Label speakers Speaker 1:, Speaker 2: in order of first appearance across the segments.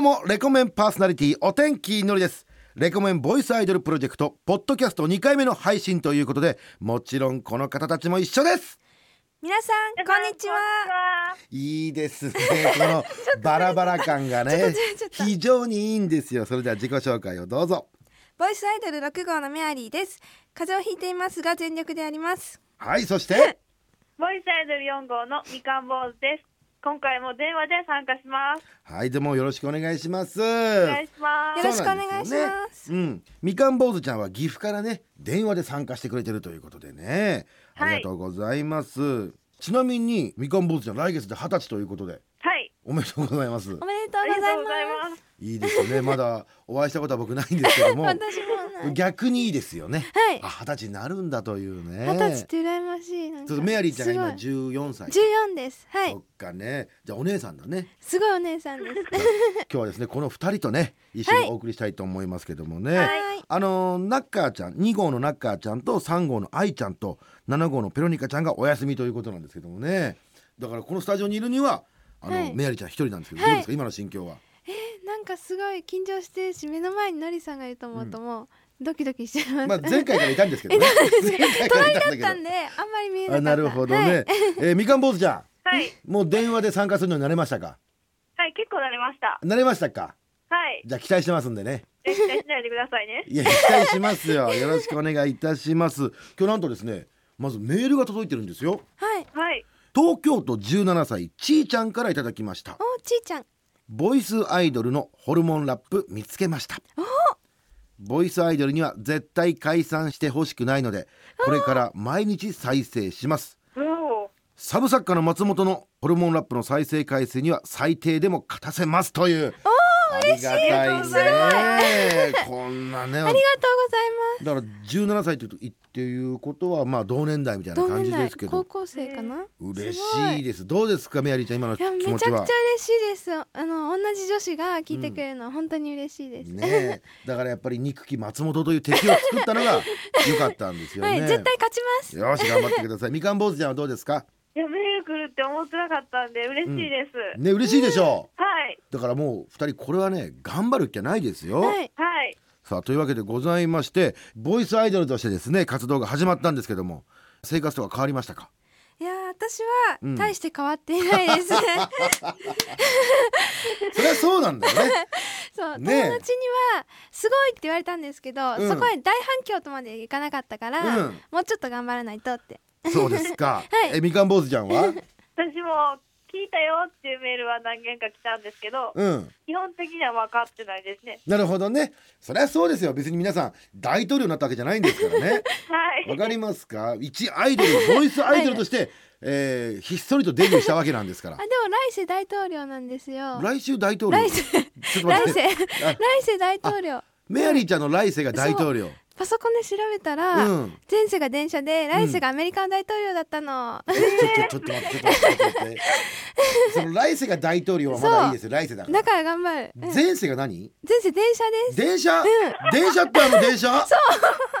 Speaker 1: メンパーソナリティお天気のりですレコメンボイスアイドルプロジェクトポッドキャスト2回目の配信ということでもちろんこの方たちも一緒です
Speaker 2: 皆さんこんにちは。
Speaker 1: いいです ねこのバラバラ感がね
Speaker 2: ちょっと
Speaker 1: 非常にいいんですよそれでは自己紹介をどうぞ
Speaker 2: ボイスアイドル6号のメアリーです。風邪をひいていますが全力であります。
Speaker 1: はいそして
Speaker 3: ボイスアイドル4号のみかん坊主です。今回も電話で参加します。
Speaker 1: はいでもよろしくお願いします
Speaker 3: お願いします
Speaker 2: よ。ろしくお願いします
Speaker 1: そうなんですよねうん、みかん坊主ちゃんは岐阜からね電話で参加してくれてるということでね、
Speaker 3: はい
Speaker 1: ありがとうございますちなみにみかん坊主ちゃん来月で二十歳ということで
Speaker 3: はい。
Speaker 1: おめでとうございます
Speaker 2: おめでとう
Speaker 3: あり
Speaker 2: ご
Speaker 3: が
Speaker 2: ざい
Speaker 3: とうござい
Speaker 2: ま
Speaker 3: ます。
Speaker 1: いいです ねまだお会いしたことは僕ないんですけども
Speaker 2: す。私もない。
Speaker 1: 逆にいいですよね
Speaker 2: はい
Speaker 1: あ二十歳になるんだというね
Speaker 2: 二十歳って羨ましい。なん
Speaker 1: ち
Speaker 2: か
Speaker 1: ょっとメアリーちゃんが今
Speaker 2: す
Speaker 1: 14
Speaker 2: ご
Speaker 1: 歳
Speaker 2: い14です。は
Speaker 1: そ
Speaker 2: い
Speaker 1: っ。かねじゃあお姉さんだね
Speaker 2: すごいお姉さんです。
Speaker 1: 今日はですねこの二人とね一緒にお送りしたいと思いますけどもね、
Speaker 2: はい。
Speaker 1: あのーナッカーちゃん2号のナッカーちゃんと3号のアイちゃんと7号のペロニカちゃんがお休みということなんですけどもねだからこのスタジオにいるにはあの、
Speaker 2: はい
Speaker 1: メアリーちゃん一人なんですけど、
Speaker 2: はい
Speaker 1: どうですか今の心境は
Speaker 2: なんかすごい緊張してるし目の前にのりさんがいると思うともうドキドキしてます。
Speaker 1: まあ前回からいたんですけ どね前回からいたんだけ
Speaker 2: だったん
Speaker 1: ど
Speaker 2: で あんまり見えなか
Speaker 1: あ
Speaker 2: った。
Speaker 1: なるほどね、
Speaker 2: はい
Speaker 1: えーみかん坊主ちゃ
Speaker 3: はい。
Speaker 1: んもう電話で参加するのに慣れましたか
Speaker 3: はい、結構なりました。
Speaker 1: 慣れましたか
Speaker 3: はい。
Speaker 1: じゃあ期待してますんでね
Speaker 3: 絶対しないでくださいね。
Speaker 1: いや期待します よよろしくお願いいたします今日なんとですねまずメールが届いてるんですよ
Speaker 2: はい。
Speaker 3: はい。
Speaker 1: 東京都17歳ちーちゃんからいただきました
Speaker 2: おちいちゃん。
Speaker 1: ボイスアイドルのホルモンラップ見つけましたボイスアイドルには絶対解散してほしくないのでこれから毎日再生します
Speaker 3: おお。
Speaker 1: サブ作家の松本のホルモンラップの再生回数には最低でも勝たせますというありがたいねこんなね
Speaker 2: ありがとうございます。
Speaker 1: だから17歳というっていうことはまあ同年代みたいな
Speaker 2: 同
Speaker 1: 感
Speaker 2: 年
Speaker 1: じで
Speaker 2: 代
Speaker 1: すけ
Speaker 2: 高
Speaker 1: ど
Speaker 2: 校生かな。
Speaker 1: 嬉
Speaker 2: すご
Speaker 1: しいですどうですかメアリーちゃん今の
Speaker 2: い
Speaker 1: 気
Speaker 2: やめちゃ
Speaker 1: 持
Speaker 2: くち
Speaker 1: ち
Speaker 2: ゃ
Speaker 1: は
Speaker 2: 嬉しいですあの同じ女子が聞いてくれるのは本当に嬉しいです、
Speaker 1: ねえだからやっぱり憎き松本という敵を作ったの が良かったんですよ
Speaker 2: は
Speaker 1: ね、
Speaker 2: い絶対勝ちます
Speaker 1: よし頑張ってくださいみかん坊主ちゃんはどうですか
Speaker 3: いや、メール来るって思ってなかったんで、嬉しいです。
Speaker 1: ね嬉しいでしょ
Speaker 3: はい。
Speaker 1: うだからもう二人これはね頑張るっきゃないですよ、
Speaker 2: はい
Speaker 3: はい。
Speaker 1: さあというわけでございましてボイスアイドルとしてですね活動が始まったんですけども生活とか変わりましたか
Speaker 2: いやー私
Speaker 1: う
Speaker 2: は
Speaker 1: ん
Speaker 2: 大して変わっていない です、
Speaker 1: そりゃそうなんだよ ね
Speaker 2: そう友達に
Speaker 1: ねえ
Speaker 2: はすごいって言われたんですけど、
Speaker 1: うん
Speaker 2: そこへ大反響とまでいかなかったから、
Speaker 1: うん
Speaker 2: もうちょっと頑張らないとって
Speaker 1: そうですか、
Speaker 2: はい
Speaker 1: えみかん坊主ちゃんは
Speaker 3: 私も聞いたよっていうメールは何件か来たんですけど、
Speaker 1: うん
Speaker 3: 基本的には分かってないですね。
Speaker 1: なるほどねそりゃそうですよ別に皆さん大統領になったわけじゃないんですからね
Speaker 3: はい。
Speaker 1: わかりますか一アイドルボイスアイドルとして、えーひっそりとデビューしたわけなんですか
Speaker 2: あ
Speaker 1: ら
Speaker 2: でも来世大統領なんですよ
Speaker 1: 来週大統領
Speaker 2: 来世
Speaker 1: ちょっと待
Speaker 2: 来
Speaker 1: っ
Speaker 2: 世
Speaker 1: てあ
Speaker 2: 来世大統領
Speaker 1: メアリーちゃんの来世が大統領
Speaker 2: パソコンで調べたら、
Speaker 1: うん
Speaker 2: 前世が電車で来世がアメリカの大統領だったの、
Speaker 1: えちょっとちょっと待ってちょっと待ってちょっと待ってその来世が大統領はまだいいですよ来世だか
Speaker 2: だ
Speaker 1: ら
Speaker 2: から頑張る、うん
Speaker 1: 前世が何
Speaker 2: 前世電車です
Speaker 1: 電車、電車ってあの電車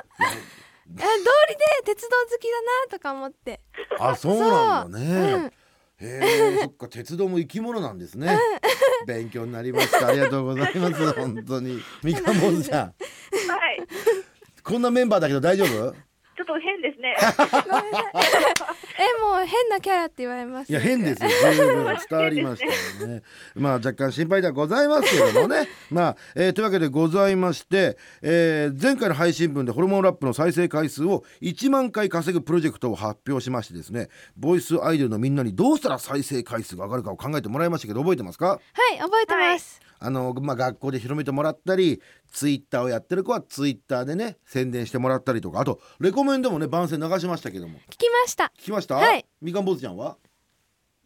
Speaker 2: あ道理で鉄道好きだなとか思って
Speaker 1: あそうなんだね、
Speaker 2: うん
Speaker 1: へえ、そっか鉄道も生き物なんですね。勉強になりました。ありがとうございます。本当にみかんもんちゃん、
Speaker 3: はい。
Speaker 1: こんなメンバーだけど大丈夫？
Speaker 3: ちょっと変で すね。
Speaker 2: えもう変なキャラって言われます
Speaker 1: いや変 ですよ十分伝わりましたよねまあ若干心配ではございますけどもね まあ、えーというわけでございまして、えー前回の配信分でホルモンラップの再生回数を1万回稼ぐプロジェクトを発表しましてですねボイスアイドルのみんなにどうしたら再生回数が上がるかを考えてもらいましたけど覚えてますか
Speaker 2: はい覚えてます、
Speaker 1: あの、まあ、学校で広めてもらったりツイッターをやってる子はツイッターでね宣伝してもらったりとかあとレコメンでもね番宣流しましたけども
Speaker 2: 聞きました
Speaker 1: 聞きました、
Speaker 2: はい
Speaker 1: みかん坊主ちゃん は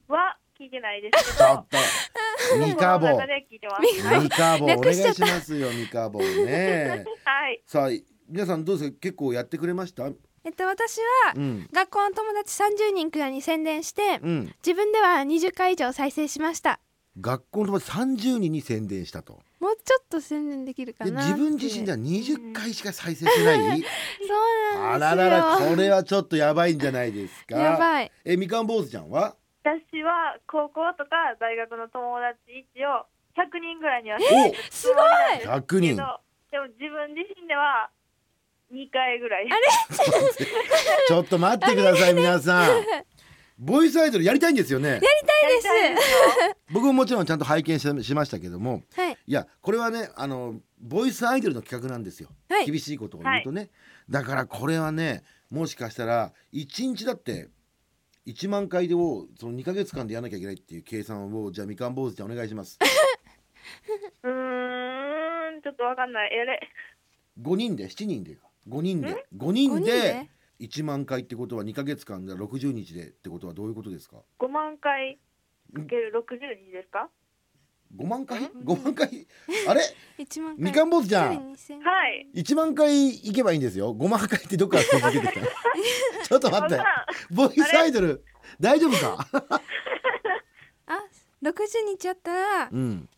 Speaker 3: は聞いてないですけ
Speaker 1: ちょ
Speaker 3: ど
Speaker 1: っ、とミカボ
Speaker 3: 心の中で聞いてます。
Speaker 1: ミカボお願
Speaker 2: 略
Speaker 1: い
Speaker 2: しちゃっ
Speaker 1: したますよミカボね
Speaker 3: はい。
Speaker 1: さあ皆さんどうですか結構やってくれました
Speaker 2: えっと私は、
Speaker 1: うん
Speaker 2: 学校の友達30人くらいに宣伝して、
Speaker 1: うん
Speaker 2: 自分では20回以上再生しました
Speaker 1: 学校の友達30人に宣伝したと
Speaker 2: もうちょっと宣伝できるか
Speaker 1: で
Speaker 2: な
Speaker 1: 自分自身では20回しか再生しない
Speaker 2: そうな
Speaker 1: あ
Speaker 2: んですよ
Speaker 1: らららこれはちょっとやばいんじゃないですか
Speaker 2: やばい
Speaker 1: えみかん坊主ちゃんは
Speaker 3: 私は高校とか大学の友達一を100人ぐらいには
Speaker 1: お
Speaker 2: すごい
Speaker 1: 100
Speaker 3: け
Speaker 1: 人
Speaker 3: どでも自分自身では2回ぐらい
Speaker 1: ちょっと待ってください皆さんボイスアイドルやりたいんですよね
Speaker 3: やりたいですよ
Speaker 1: 僕ももちろんちゃんと拝見ししましたけども
Speaker 2: はい
Speaker 1: いやこれはねあのボイスアイドルの企画なんですよ、
Speaker 2: はい
Speaker 1: 厳しいことを言うとね、だからこれはねもしかしたら1日だって1万回でをその2ヶ月間でやらなきゃいけないっていう計算をじゃあみかん坊主ちゃんお願いします
Speaker 3: うーんちょっとわかんないやれ
Speaker 1: 5人で7人で5人で5人で1万回ってことは2ヶ月間で60日でってことはどういうことですか
Speaker 3: 5万回かける60人ですか
Speaker 1: 5万回5万回あれ
Speaker 2: 一万回
Speaker 1: みかん坊主ちゃ
Speaker 2: 一
Speaker 1: ん
Speaker 2: 人二千
Speaker 3: はい
Speaker 1: 1万回行けばいいんですよ5万回ってどっから数字出てきたちょっと待
Speaker 3: わ
Speaker 1: っ
Speaker 3: か
Speaker 1: て
Speaker 3: ん
Speaker 1: ボイスアイドル大丈夫か
Speaker 2: あ六十日あったら
Speaker 1: うん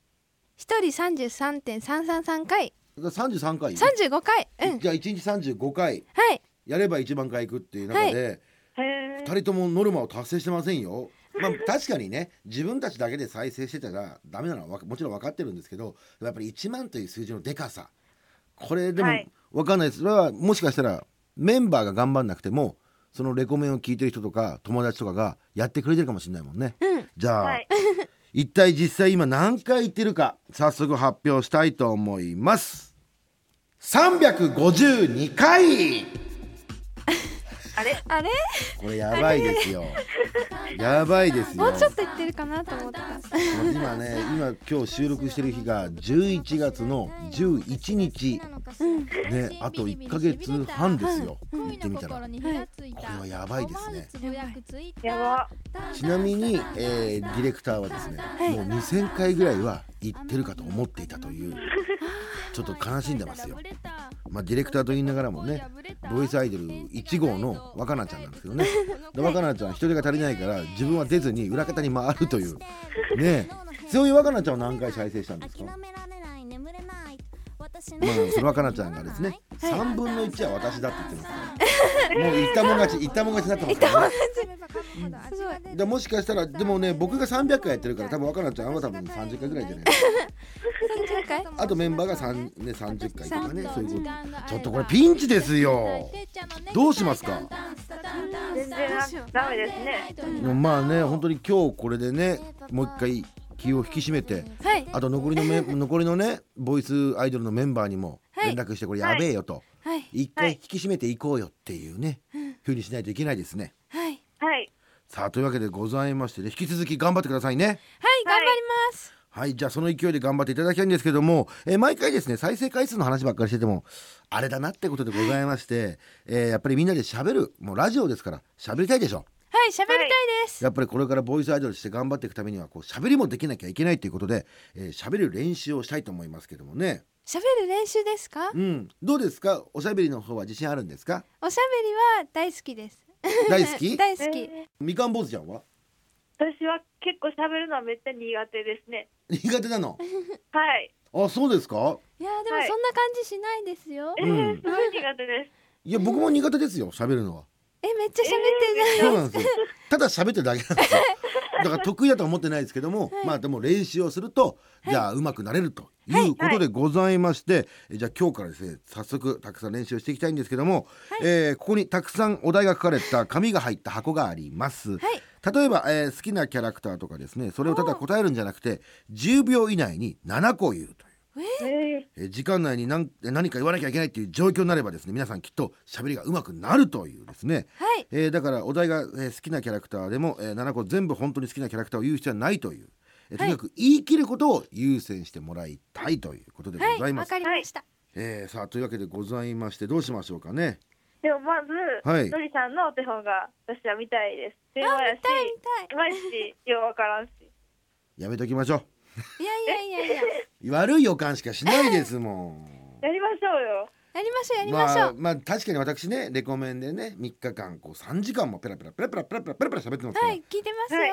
Speaker 2: 一人三十三点三三三回
Speaker 1: 33回
Speaker 2: 三十五回うん
Speaker 1: じゃあ1日35回
Speaker 2: はい
Speaker 1: やれば1万回いくっていう中で、
Speaker 3: へ
Speaker 1: 二
Speaker 3: ー
Speaker 1: 2人ともノルマを達成してませんよ。まあ、確かにね自分たちだけで再生してたらダメなのはわかもちろん分かってるんですけどやっぱり1万という数字のでかさこれでも
Speaker 3: はい
Speaker 1: 分かんないです、それはもしかしたらメンバーが頑張んなくてもそのレコメンを聞いてる人とか友達とかがやってくれてるかもしれないもんね。
Speaker 2: うん
Speaker 1: じゃあ、
Speaker 3: はい
Speaker 1: 一体実際今何回言ってるか早速発表したいと思います352回
Speaker 3: あれ
Speaker 2: あれ
Speaker 1: これやばいですよやばいです
Speaker 2: も
Speaker 1: よ
Speaker 2: うちょっと言ってるかなと思った
Speaker 1: 今ね今今日収録してる日が11月の11日ねあと1ヶ月半ですよ言ってみたらこれはやばいですね
Speaker 3: やば
Speaker 1: ちなみに、えーディレクターはですね、もう2000回ぐらいは行ってるかと思っていたというちょっと悲しんでますよまあ、ディレクターと言いながらもねボイスアイドル1号の若菜ちゃんなんですけどねで若菜ちゃん人手が足りないから自分は出ずに裏方に回るというねえそういう若菜ちゃんを何回再生したんですかまあその若菜ちゃんがです ね3分の1は私だって言ってますからもう言ったもん勝ち言ったもん勝ちになってますからね
Speaker 2: すごい
Speaker 1: でもしかしたらでもね僕が300回やってるから多分若菜ちゃんは多分30回ぐらいじゃないですか
Speaker 2: 三十回
Speaker 1: あとメンバーが3、ね、30回とかねそういうことちょ
Speaker 4: ち
Speaker 1: っと
Speaker 4: ょっ
Speaker 1: こ
Speaker 4: とこ
Speaker 1: れ
Speaker 4: れ
Speaker 1: ピ
Speaker 4: ピ
Speaker 1: ン
Speaker 4: ン
Speaker 1: チ
Speaker 4: チ
Speaker 1: ですよ
Speaker 4: よ
Speaker 1: ど
Speaker 4: ど
Speaker 1: う
Speaker 4: う
Speaker 1: し
Speaker 4: し
Speaker 1: ま
Speaker 4: ますす
Speaker 1: か
Speaker 4: か
Speaker 3: 全然なダメですね
Speaker 1: まあね本当に今日これでねもう一回気を引き締めて
Speaker 2: はい
Speaker 1: あと残りのメ残りのねボイスアイドルのメンバーにも
Speaker 2: は
Speaker 1: 連
Speaker 2: い
Speaker 1: 絡してこれやべえよと、
Speaker 2: はい
Speaker 1: 一回引き締めていこうよっていうね、ふうにしないといけないですね。
Speaker 2: はい
Speaker 3: はい
Speaker 1: さあというわけでございましてね引き続き頑張ってくださいね。
Speaker 2: はい頑張ります
Speaker 1: はいじゃあその勢いで頑張っていただきたいんですけども、えー毎回ですね再生回数の話ばっかりしててもあれだなってことでございまして、えーやっぱりみんなで喋るもうラジオですから喋りたいでしょ。
Speaker 2: はい喋りたいです
Speaker 1: やっぱりこれからボイスアイドルして頑張っていくためにはこう喋りもできなきゃいけないということで、えー、喋る練習をしたいと思いますけどもね。
Speaker 2: 喋る練習ですか
Speaker 1: うん、どうですかおしゃべりの方は自信あるんです か
Speaker 2: おしゃべりは大好きです
Speaker 1: 大好き
Speaker 2: 大好き
Speaker 3: えー
Speaker 1: みかん坊主ちゃんは
Speaker 3: 私は結構喋るのはめっちゃ苦手ですね
Speaker 1: 苦手なの
Speaker 3: はい
Speaker 1: あそうですか
Speaker 2: いやーでも
Speaker 3: はい
Speaker 2: そんな感じしないですよ、
Speaker 3: え
Speaker 1: う
Speaker 3: ー
Speaker 1: ん
Speaker 3: すごい苦手 です
Speaker 1: いや僕も苦手ですよ喋るのは
Speaker 2: えめっちゃ喋ってるじ
Speaker 1: そ
Speaker 2: ゃな
Speaker 1: う
Speaker 2: い、
Speaker 1: なんですよただ喋ってるだけなん ですよだから得意だとは思ってないですけども、まあでも練習をするとじゃあ上手くなれるということでございまして、えじゃあ今日からですね早速たくさん練習をしていきたいんですけども、えーここにたくさんお題が書かれた紙が入った箱があります、
Speaker 2: はい
Speaker 1: 例えば、えー好きなキャラクターとかですねそれをただ答えるんじゃなくて10秒以内に7個言うという。
Speaker 3: えー
Speaker 1: えー時間内に何何か言わなきゃいけないっていう状況になればですね皆さんきっと喋りが上手くなるというですね、
Speaker 2: はい
Speaker 1: えーだからお題が、えー好きなキャラクターでも、えー7個全部本当に好きなキャラクターを言う必要はないという、えーとにかく言い切ることを優先してもらいたいということでござ
Speaker 2: はいい
Speaker 1: ま
Speaker 2: わ
Speaker 1: す。
Speaker 2: かりました、
Speaker 1: えーさあというわけでございましてどうしましょうかね。
Speaker 3: でもまず、
Speaker 1: はい
Speaker 3: のりさんのお手本が私は見たいです電
Speaker 2: あ
Speaker 3: 話やし
Speaker 2: 見たい見たい
Speaker 3: いまいちようわからんし
Speaker 1: やめときましょ
Speaker 2: いやいやいやいや
Speaker 1: う。悪い予感しかしないですもん。
Speaker 3: やりましょうよ
Speaker 2: やりま しょうやりましょう、
Speaker 1: まあ、まあ確かに私ねレコメンでね3日間こう3時間もペラペラペラペラペラペラペラペラ喋ってますから、
Speaker 2: はい聞いてますよ
Speaker 3: はい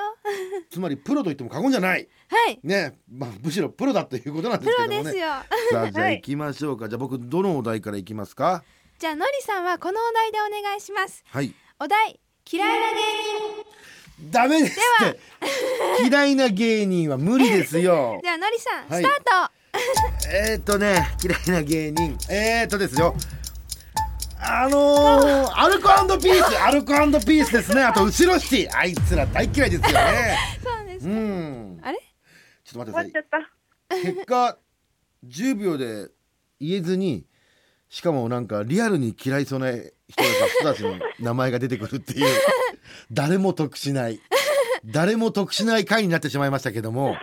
Speaker 1: つまりプロと言っても過言じゃない
Speaker 2: はい、
Speaker 1: ねまあ、むしろプロだということなんで
Speaker 2: プ
Speaker 1: すけ
Speaker 2: ロ
Speaker 1: ども
Speaker 2: です
Speaker 1: ね
Speaker 2: よ
Speaker 1: さあじゃあ
Speaker 3: はい
Speaker 1: 行きましょうか、じゃあ僕どのお題から行きますか
Speaker 2: じゃあのりさんはこのお題でお願いします
Speaker 1: はい
Speaker 2: お題嫌いな芸
Speaker 1: ダメですって嫌いな芸人は無理です よ
Speaker 2: ではのりさん、
Speaker 1: はい
Speaker 2: スタート
Speaker 1: えーっとね嫌いな芸人えーっとですよあのー、アルコピースアルコピースですねあと後ろシティあいつら大嫌いですよね
Speaker 2: そうです
Speaker 1: う
Speaker 2: ね、
Speaker 1: ん
Speaker 2: あれ
Speaker 1: ちょっと待
Speaker 3: 終わ
Speaker 1: っ
Speaker 3: ってちゃ
Speaker 1: く
Speaker 3: った。
Speaker 1: ださい結果10秒で言えずにしかもなんかリアルに嫌いそうな人たちの名前が出てくるっていう誰も得しない誰も得しない回になってしまいましたけども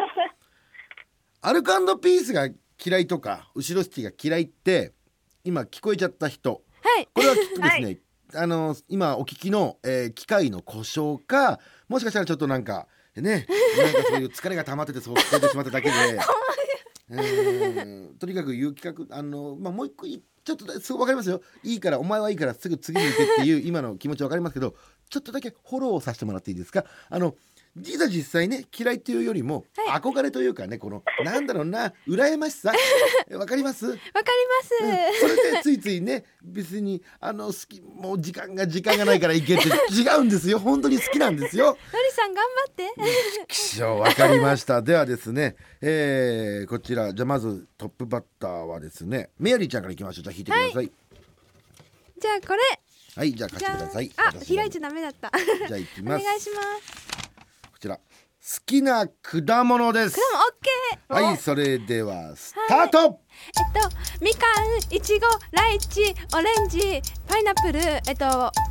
Speaker 1: アルコピースが嫌いとか後ろシティが嫌いって今聞こえちゃった人
Speaker 2: はい
Speaker 1: これはきっとですね、
Speaker 3: は
Speaker 1: あの今お聞きの、えー機械の故障かもしかしたらちょっとなんかねなんかそういう疲れが溜まっててそう聞こえてしまっただけでうーんとにかく言う企画あの、まあ、もう一個いちょっとだすごいわかりますよいいからお前はいいからすぐ次に行けっていう今の気持ちわかりますけどちょっとだけフォローさせてもらっていいですかあの実は実際ね嫌いっていうよりも憧れというかねこのなんだろうな羨ましさわかります
Speaker 2: わかります、
Speaker 1: それでついついね別にあの好きもう時間が時間がないから行け って違うんですよ本当に好きなんですよ。
Speaker 2: のりさん頑張って、
Speaker 1: 気象わかりましたではですね、えー、こちらじゃあまずトップバッターはですねメアリーちゃんからいきましょうじゃあ引いてくださいはい、
Speaker 2: じゃあこれ
Speaker 1: じゃあ貸し
Speaker 2: じ
Speaker 1: て
Speaker 2: ゃ
Speaker 1: ください
Speaker 2: んあ
Speaker 1: 私が
Speaker 2: 開いちゃダメだった
Speaker 1: じゃあ行き
Speaker 2: お
Speaker 1: ま
Speaker 2: 願
Speaker 1: す
Speaker 2: いします
Speaker 1: こちら好きな果物です
Speaker 2: でもオッケー
Speaker 1: はいそれではスタート、
Speaker 2: えっと、みかん、いちご、ライチ、オレンジ、パイナップル、えっと、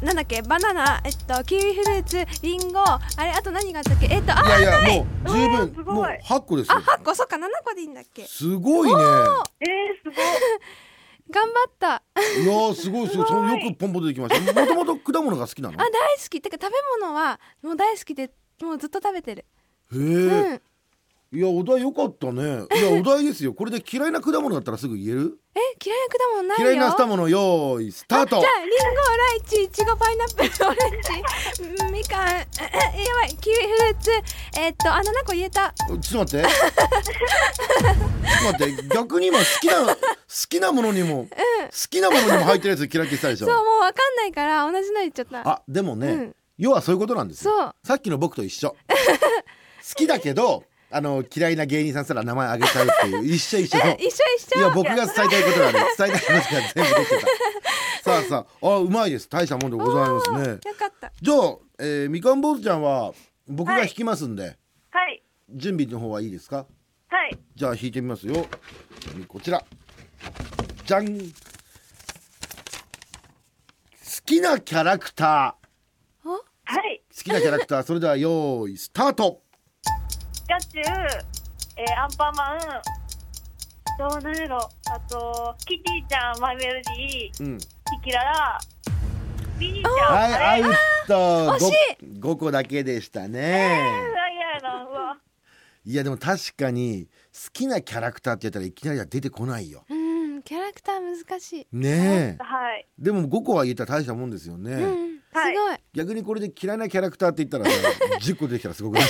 Speaker 2: なんだっけ、バナナ、えっと、キウイフルーツ、リンゴ、あれ、あと何があったっけ、えっと、あ、
Speaker 1: いやいやもう十
Speaker 3: おー
Speaker 1: 分
Speaker 3: すごい
Speaker 1: もう8個です
Speaker 2: あ、
Speaker 1: よ
Speaker 2: 8個、そっか、7個でいいんだっけ。
Speaker 1: すごいね
Speaker 3: えー、すごい。
Speaker 2: 頑張った。あ、
Speaker 1: いやーすごいすごいそのよくポンポン出てきましたもともと果物が好きなのへ
Speaker 2: 大好き。てか、食べ物は、もう大好きで、もうずっと食べてる。
Speaker 1: え、
Speaker 2: うん。
Speaker 1: いやお題よかったねいやお題ですよこれで嫌いな果物だったらすぐ言える
Speaker 2: え、嫌いな果物ないよ。
Speaker 1: 嫌いな果物用意スタート
Speaker 2: じゃあ、リンゴ、ライチ、いちご、パイナップル、オレンジ、みかん、ええやばい、キウイフルーツ、えっと、あ、7個言えた。
Speaker 1: ちょっと待ってちょっと待って逆に今好きな好きなものにも、好きなものにも入ってるやつ嫌いって言ってたでし
Speaker 2: そ
Speaker 1: ょ
Speaker 2: う、もうわかんないから、同じの言っちゃった。
Speaker 1: あでもね、
Speaker 2: うん
Speaker 1: 要はそういうことなんですよ
Speaker 2: そう。
Speaker 1: さっきの僕と一緒好きだけどあの嫌いな芸人さんすら名前あげちゃうっていう一緒一緒
Speaker 2: え
Speaker 1: の
Speaker 2: 一緒一
Speaker 1: いや
Speaker 2: 緒
Speaker 1: 僕が伝えたいことがね伝えたいことが全部できてたさあさああうまいです大したもんでございますね
Speaker 2: よかった
Speaker 1: じゃあ、えーみかん坊主ちゃんは僕が弾きますんで、
Speaker 3: はい。
Speaker 1: 準備の方はいいですか
Speaker 3: はい。
Speaker 1: じゃあ弾いてみますよこちらじゃん好きなキャラクタ
Speaker 2: お
Speaker 3: はい。
Speaker 1: ー好きなキャラクターそれでは用意スタート
Speaker 3: ピカチュウ、えー、アンパンマン、どうなんやろ、あと、キティちゃん、マイメロディー、
Speaker 1: うん
Speaker 3: キキララ、ミニーちゃん、あ
Speaker 1: は
Speaker 3: れ
Speaker 1: いアウト
Speaker 2: 惜し
Speaker 1: 5, 個だけでしたね、
Speaker 3: うわ、嫌やな、うわ。
Speaker 1: いやでも確かに好きなキャラクターって言ったらいきなりは出てこないよ
Speaker 2: うんキャラクター難しい
Speaker 1: ねえ
Speaker 3: はい。
Speaker 1: でも5個は言ったら大したもんですよね、
Speaker 2: うんすご
Speaker 3: はい
Speaker 2: い
Speaker 1: 逆にこれで嫌いなキャラクターって言ったら、ね、10個出てきたらすごくない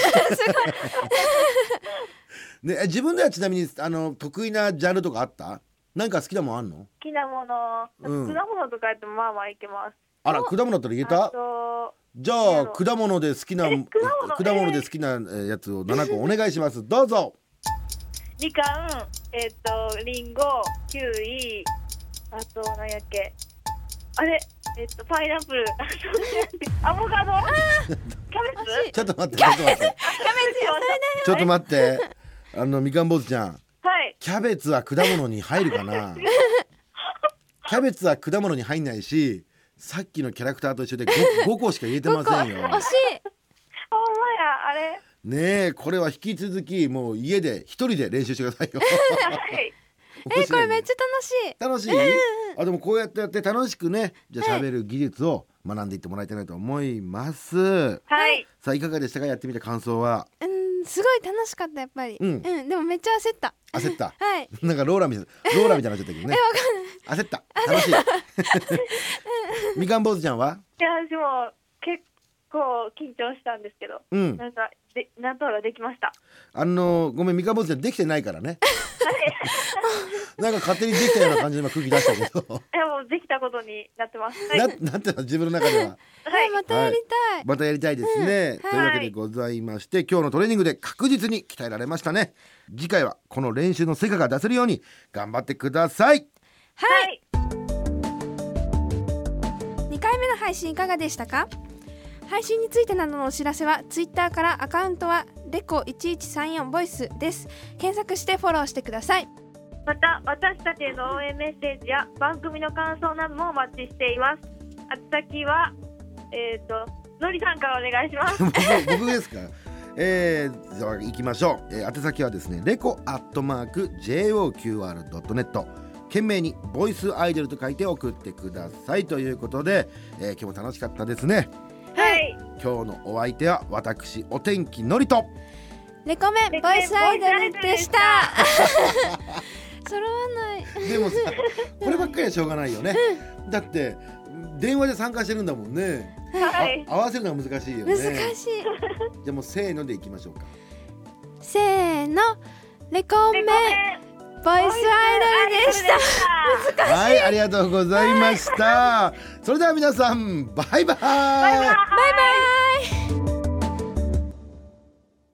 Speaker 1: ねえ自分ではちなみにあの得意なジャンルとかあったなんか好きなもんあんの
Speaker 3: 好きなもの、
Speaker 1: うん
Speaker 3: 果物とかやってもまあまあいけます。
Speaker 1: あら果物だったら言え
Speaker 3: あ
Speaker 1: た
Speaker 3: と、
Speaker 1: じ
Speaker 3: なん
Speaker 1: ゃ
Speaker 3: や
Speaker 1: あ
Speaker 3: ろ
Speaker 1: 果物で好きな
Speaker 3: え果物
Speaker 1: 果物で好きなえーやつを7個お願いしますどうぞ
Speaker 3: みかん、えっ、と、リンゴ、キウイ、あと、なんやっけ、あれ、えっ、と、パイナップル、 アボカド、キャ
Speaker 2: 惜し
Speaker 3: ベ
Speaker 2: い
Speaker 3: ツ
Speaker 1: ちょっと待ってちょっと待って
Speaker 2: キャベツよそれだ
Speaker 1: ちょっと待ってあのみかん坊主ちゃん
Speaker 3: はい。
Speaker 1: キャベツは果物に入るか なキャベツは果物に入んないしさっきのキャラクターと一緒で 5, 個しか言えてませんよ
Speaker 2: 5個惜しい
Speaker 3: ほんまや、あれ。
Speaker 1: ねえこれは引き続きもう家で一人で練習してくださいよ
Speaker 3: はい。
Speaker 2: えこれめっち
Speaker 1: ゃ
Speaker 2: ゃ楽しい
Speaker 1: 楽しい、あでもこうやってやって楽しくねじゃあ喋る技術を学んでいってもらいたいなと思います、
Speaker 3: はい。
Speaker 1: さあいかがでしたかやってみた感想は
Speaker 2: うんすごい楽しかったやっぱり
Speaker 1: う
Speaker 2: うんんでもめっちゃ焦った
Speaker 1: 焦 った
Speaker 2: はい
Speaker 1: なんかローラみたいなローラみたいになっちゃったけどね焦っ た楽しいみかん坊主ちゃんはい
Speaker 3: や、でも、結構緊張したんですけど、
Speaker 1: うん
Speaker 3: なんかでなんとかできました。
Speaker 1: あのごめん三日坊主でできてないからねなんか勝手にできたような感じで今空気出したけど
Speaker 3: いやもうできたことになってます。はい。
Speaker 1: な
Speaker 3: はい。
Speaker 1: なんていうの自分の中では
Speaker 2: はい、またやりたい。
Speaker 1: またやりたいですね、
Speaker 2: うん
Speaker 1: というわけでございまして今日のトレーニングで確実に鍛えられましたね次回はこの練習の成果が出せるように頑張ってください
Speaker 2: はい、2回目の配信いかがでしたか配信についてなどのお知らせは Twitter からアカウントはレコ1134ボイスです検索してフォローしてください
Speaker 3: また私たちへの応援メッセージや番組の感想などもお待ちしています。宛先はえっ、とのりさんからお願いします。
Speaker 1: 僕僕ですかえー、じゃあ行きましょう、えー、宛先はですねレコアットマーク JOQR.net 懸命に「ボイスアイドル」と書いて送ってくださいということで、えー、今日も楽しかったですね
Speaker 3: はい。
Speaker 1: 今日のお相手は私お天気のりと
Speaker 2: レコメンボイスアイドルでした 揃わない
Speaker 1: でもさ こればっかりはしょうがないよねだって電話で参加してるんだもんねあ
Speaker 3: はい。
Speaker 1: 合わせるのは難しいよね
Speaker 2: 難しい
Speaker 1: じゃあもうせーのでいきましょうか
Speaker 2: せーのレコメンボイスアイドルでした
Speaker 3: た。
Speaker 1: はいありがとうございましたそれでは皆さんバイバイ
Speaker 3: バイバイ。
Speaker 2: バイバイ